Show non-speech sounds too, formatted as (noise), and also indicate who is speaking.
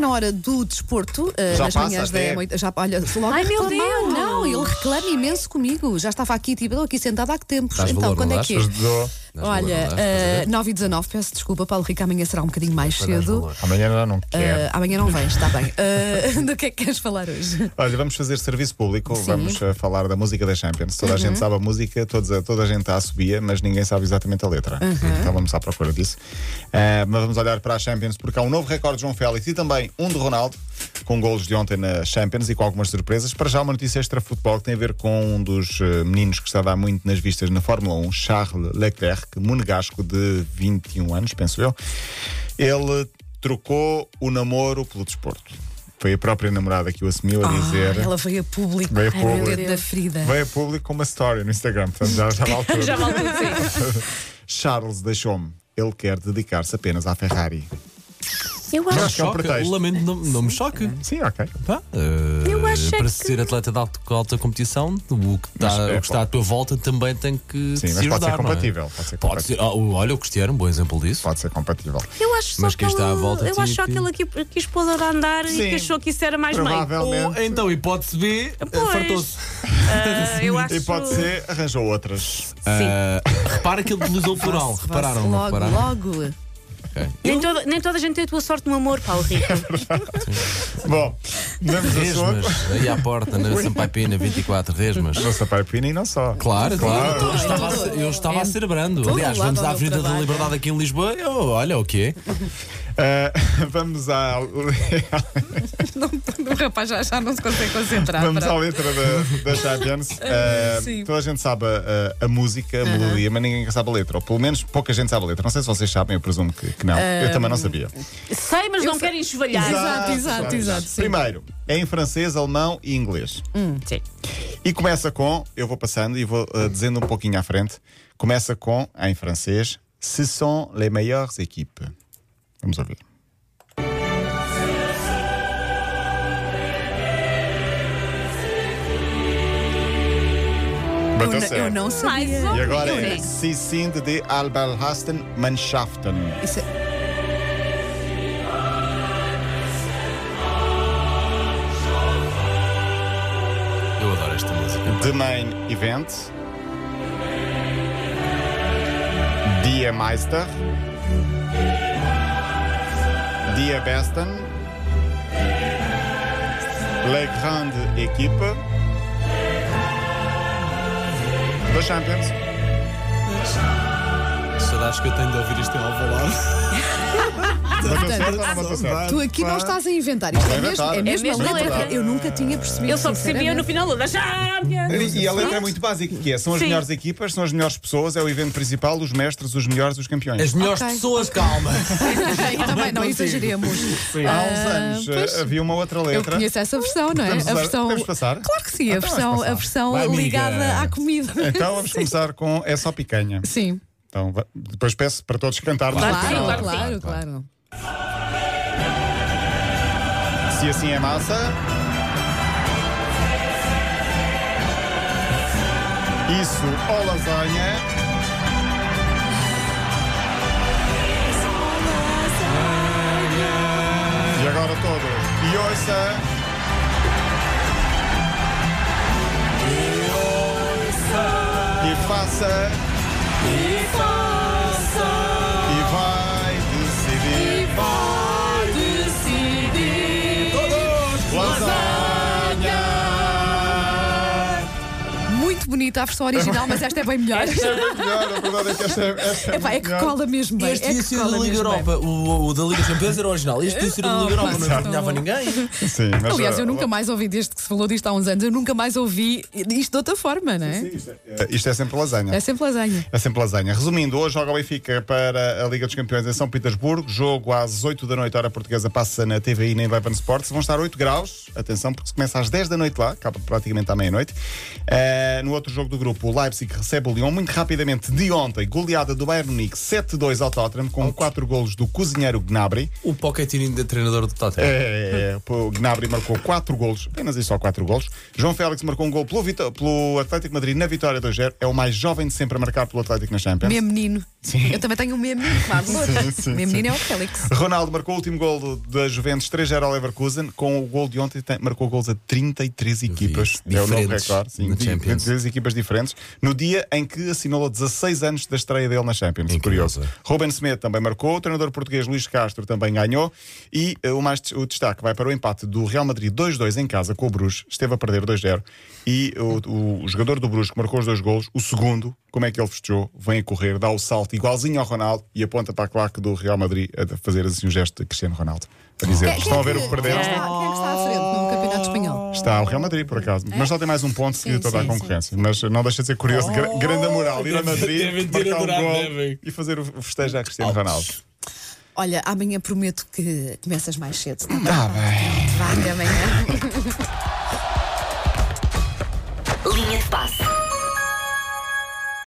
Speaker 1: na hora do desporto, eh,
Speaker 2: Já
Speaker 1: nas
Speaker 2: passa
Speaker 1: manhãs
Speaker 2: até.
Speaker 1: da noite. Já, olha, logo
Speaker 3: Ai, meu
Speaker 1: reclamar.
Speaker 3: Deus!
Speaker 1: Não, ele reclama imenso comigo. Já estava aqui, tipo, eu aqui sentada há que tempos.
Speaker 4: Dás
Speaker 1: então,
Speaker 4: valor,
Speaker 1: quando
Speaker 4: não
Speaker 1: é
Speaker 4: dás?
Speaker 1: que
Speaker 4: Mas
Speaker 1: é?
Speaker 2: Dou.
Speaker 4: Dás valor, não
Speaker 1: Olha,
Speaker 4: dás?
Speaker 1: eh,
Speaker 4: Estás a ver?
Speaker 1: 9 e 19, peço desculpa, Paulo Rico, amanhã será um bocadinho mais
Speaker 4: Para dar
Speaker 1: cedo.
Speaker 4: valor.
Speaker 2: Amanhã já não é. quero.
Speaker 1: Eh, amanhã não vens, está
Speaker 2: (laughs)
Speaker 1: bem. Eh, (laughs) do que é que queres falar hoje?
Speaker 2: Olha, vamos fazer serviço público,
Speaker 1: Sim. Uhum.
Speaker 2: vamos eh, falar da música da Champions. Toda a gente sabe a música, todos a- toda a gente a subia, mas ninguém sabe exatamente a letra.
Speaker 1: Uhum.
Speaker 2: Então vamos à procura disso. Eh, mas vamos olhar para a Champions, porque há um novo recorde de João Félix e também um de Ronaldo, com golos de ontem na Champions e com algumas surpresas. Para já, uma notícia extra-futebol que tem a ver com um dos eh, meninos que está a dar muito nas vistas na Fórmula 1, Charles Leclerc, monegasco de 21 anos, penso eu. Ele trocou o namoro pelo desporto. Foi a própria namorada que o assumiu a dizer.
Speaker 1: Ah, ela veio a público,
Speaker 2: Veio a
Speaker 1: Ai, meu
Speaker 2: público.
Speaker 1: dedo da ferida.
Speaker 2: Veio a público com uma story no Instagram, portanto já, (laughs) já vale tudo. (laughs) Charles deixou-me. Ele quer dedicar-se apenas à Ferrari.
Speaker 3: Eu
Speaker 2: Não.
Speaker 3: acho.
Speaker 2: Acho que é um
Speaker 4: Ah, Choca, Tá,
Speaker 2: pretexto.
Speaker 4: Lamento, não, não me choque.
Speaker 2: Sim, ok.
Speaker 4: Pá, eh,
Speaker 3: Eu acho
Speaker 4: para
Speaker 3: que-
Speaker 4: ser atleta de alta, alta competição, o que, está,
Speaker 2: Mas, é,
Speaker 4: o que está à tua volta também tem que
Speaker 2: Sim,
Speaker 4: te
Speaker 2: mas pode ser
Speaker 4: ajudar, não é?
Speaker 2: compatível. Pode ser
Speaker 4: Pode
Speaker 2: compatível.
Speaker 4: ser. Ah, o- olha, o Cristiano, um bom exemplo disso.
Speaker 2: Pode ser compatível.
Speaker 3: Eu acho só
Speaker 4: Mas
Speaker 3: que
Speaker 4: quem está à
Speaker 3: ele-
Speaker 4: volta
Speaker 3: Eu
Speaker 4: tinha
Speaker 3: acho só que
Speaker 4: que-
Speaker 3: ele aqui quis pôr a andar e
Speaker 2: Sim.
Speaker 3: que achou que isso era
Speaker 2: é
Speaker 3: mais meio.
Speaker 4: Ou
Speaker 2: Provavelmente.
Speaker 4: então, hipótese B, eh,
Speaker 3: Pois.
Speaker 4: fartou-se.
Speaker 3: Ah, eu
Speaker 2: (laughs)
Speaker 3: acho.
Speaker 2: E pode ser, arranjou outras.
Speaker 3: Sim.
Speaker 4: Ah, repara que ele utilizou o plural.
Speaker 1: Vá-se
Speaker 4: Repararam? não
Speaker 1: Logo,
Speaker 4: repararam?
Speaker 1: logo. (laughs)
Speaker 3: Nem, toda, nem toda a gente tem a tua sorte no amor, Paulo Rico.
Speaker 2: Bom, vamos a
Speaker 4: Resmas,
Speaker 2: sua.
Speaker 4: aí à porta, na Sampaio Pena 24, Resmas.
Speaker 2: Não Sampaio Pina e não só.
Speaker 4: Claro, claro.
Speaker 2: Claro.
Speaker 4: Eu estava a ser- Eu estava a ser brando.
Speaker 1: Todo
Speaker 4: Aliás,
Speaker 1: lado
Speaker 4: vamos
Speaker 1: ao
Speaker 4: à
Speaker 1: meu
Speaker 4: Avenida da
Speaker 1: trabalho.
Speaker 4: Liberdade aqui em Lisboa. Eu, olha, o quê?
Speaker 2: Ah, (laughs) vamos à,
Speaker 1: O rapaz já, já não se consegue concentrar.
Speaker 2: vamos à letra da, da Champions. Ah,
Speaker 1: Sim.
Speaker 2: toda a gente sabe eh, a, a- a música, a melodia, mas ninguém sabe a letra. Ou pelo menos pouca gente sabe a letra. Não sei se vocês sabem, eu presumo que, que não. Eu também não sabia.
Speaker 3: Sei, mas não
Speaker 1: sei.
Speaker 3: quero enxovalhar.
Speaker 1: Exato, exato, exato, sim. Hum,
Speaker 2: Primeiro, é em francês, alemão e inglês.
Speaker 3: Sim.
Speaker 2: E começa com, eu vou passando e vou uh, dizendo um pouquinho à frente. Começa com, em francês, Ce sont les meilleures équipes. Vamos ouvir.
Speaker 1: Eu,
Speaker 2: Bateu
Speaker 1: eu
Speaker 2: certo.
Speaker 1: não sei.
Speaker 3: Mais um.
Speaker 2: Então E agora é
Speaker 3: Sim.
Speaker 2: Sie sind die Alberhasten Mannschaften.
Speaker 1: Isso é-
Speaker 4: Eu adoro esta música.
Speaker 2: The Main Event. Die Meister. Die Besten. Les Grandes Équipes. The Champions.
Speaker 4: Saudades que eu tenho de ouvir isto em Alvalade.
Speaker 2: Bateu certo ou não bateu certo?
Speaker 1: Tu é aqui não estás a inventar. Isto é mesmo, é
Speaker 2: É
Speaker 1: mesmo
Speaker 3: mesmo
Speaker 1: a letra.
Speaker 3: letra.
Speaker 1: Eu nunca tinha percebido.
Speaker 3: Eu só percebi no
Speaker 1: sinceramente.
Speaker 3: final da Champions.
Speaker 2: E a letra é muito básica, que é, são as
Speaker 3: Sim.
Speaker 2: melhores equipas, são as melhores pessoas, é o evento principal, os mestres, os melhores, os campeões.
Speaker 4: As melhores
Speaker 1: Ah, Ok.
Speaker 4: pessoas, calma.
Speaker 1: (laughs) Eu também não exageremos.
Speaker 2: Há uns anos
Speaker 1: Ah, pois.
Speaker 2: havia uma outra
Speaker 1: Eu
Speaker 2: letra.
Speaker 1: conheço essa versão, não é?
Speaker 2: Podemos
Speaker 1: a
Speaker 2: usar-
Speaker 1: versão.
Speaker 2: podemos passar?
Speaker 1: Claro que sim, a
Speaker 2: Então vamos
Speaker 1: versão,
Speaker 2: passar.
Speaker 1: a versão
Speaker 4: Vai, amiga.
Speaker 1: ligada à
Speaker 2: (laughs)
Speaker 1: comida.
Speaker 2: Então vamos começar com É Só Picanha.
Speaker 1: Sim.
Speaker 2: Então, va- depois peço para todos cantar é?
Speaker 3: Claro,
Speaker 2: no
Speaker 3: sim,
Speaker 2: final.
Speaker 3: claro,
Speaker 1: claro,
Speaker 4: sim.
Speaker 1: claro.
Speaker 2: Se assim é massa. Isso ou lasanha. E agora todos. E ouça. E faça. E vai decidir. Lasanha!
Speaker 1: Muito bonita a versão original, mas esta é bem melhor.
Speaker 2: Melhor, a verdade é que esta é.
Speaker 1: (laughs)
Speaker 2: Esta
Speaker 1: Epá, é que
Speaker 2: melhor.
Speaker 1: cola mesmo bem.
Speaker 4: Este
Speaker 1: é
Speaker 4: ia
Speaker 1: que
Speaker 4: ser da
Speaker 1: cola
Speaker 4: Liga
Speaker 1: mesmo bem.
Speaker 4: Europa. O, o da Liga Campeões era original. Este ia ser da
Speaker 1: Oh,
Speaker 4: Liga Europa.
Speaker 1: pá,
Speaker 4: Não
Speaker 1: tá
Speaker 4: envergonhava
Speaker 1: bom.
Speaker 4: ninguém.
Speaker 1: (laughs)
Speaker 2: Sim, mas,
Speaker 1: Aliás, eu
Speaker 2: uh,
Speaker 1: nunca mais ouvi desde que se falou disto há uns anos. Eu nunca mais ouvi isto de outra forma, não é?
Speaker 2: Isto é- Isto é sempre lasanha.
Speaker 1: É sempre lasanha.
Speaker 2: É sempre lasanha. Resumindo, hoje joga o Benfica para a Liga dos Campeões em São Petersburgo. Jogo às 8 da noite, hora portuguesa, passa na TVI e na Eleven Sports. Vão estar 8 graus, atenção, porque se começa às 10 da noite lá, acaba praticamente à meia-noite. Eh, no outro jogo do grupo, o Leipzig recebe o Lyon muito rapidamente de ontem. Goleada do Bayern Munique 7-2 ao Tottenham, com 4 golos do cozinheiro Gnabry.
Speaker 4: O Pocatininho da treinador do Tottenham.
Speaker 2: É, é, é. o Gnabry marcou 4 golos, apenas e só 4 golos. João Félix marcou um gol pelo, Vito- pelo Atlético de Madrid na vitória 2-0. É o mais jovem de sempre a marcar pelo Atlético na Champions.
Speaker 1: Meu menino.
Speaker 2: Sim.
Speaker 1: Eu também tenho o meu menino, claro.
Speaker 2: Sim, sim,
Speaker 1: o meu
Speaker 2: sim.
Speaker 1: menino é o Félix.
Speaker 2: Ronaldo marcou o último gol do- da Juventus 3-0 ao Leverkusen. Com o gol de ontem, tem- marcou gols a 33 equipas.
Speaker 4: vi.
Speaker 2: É o novo
Speaker 4: Diferentes
Speaker 2: recorde. Sim,
Speaker 4: na
Speaker 2: di-
Speaker 4: Champions.
Speaker 2: 33 equipas diferentes. No dia em que assinalou 16 anos da estreia dele na Champions.
Speaker 4: Incrível.
Speaker 2: Curioso. Ruben Semedo também marcou. O treinador português Luís Castro também ganhou. E eh, o, mais, des- o destaque vai para o empate do Real Madrid 2-2 em casa com o Bruges. Esteve a perder 2-0. E o, o- o jogador do Bruges que marcou os dois golos, o segundo, como é que ele festejou? Vem a correr, dá o salto igualzinho ao Ronaldo e aponta para a claque do Real Madrid a fazer assim um gesto de Cristiano Ronaldo. A dizer,
Speaker 1: Quem-
Speaker 2: estão a ver
Speaker 1: quem
Speaker 2: o que perderam?
Speaker 1: Quem está, quem é que está à frente no Campeonato Espanhol?
Speaker 2: Está o Real Madrid, por acaso. Mas só tem mais um ponto seguido toda a
Speaker 1: É. sim, Oh.
Speaker 2: concorrência. Mas não deixa de ser curioso. gra- grande moral, ir a
Speaker 4: Deve- devem
Speaker 2: Madrid,
Speaker 4: ter
Speaker 2: marcar um
Speaker 4: adorado,
Speaker 2: gol
Speaker 4: devem.
Speaker 2: e fazer o festejo a Cristiano Ronaldo.
Speaker 1: Olha, amanhã prometo que começas mais cedo. Tá bem?
Speaker 2: Está bem.
Speaker 1: Vá até amanhã.
Speaker 5: Linha de passe.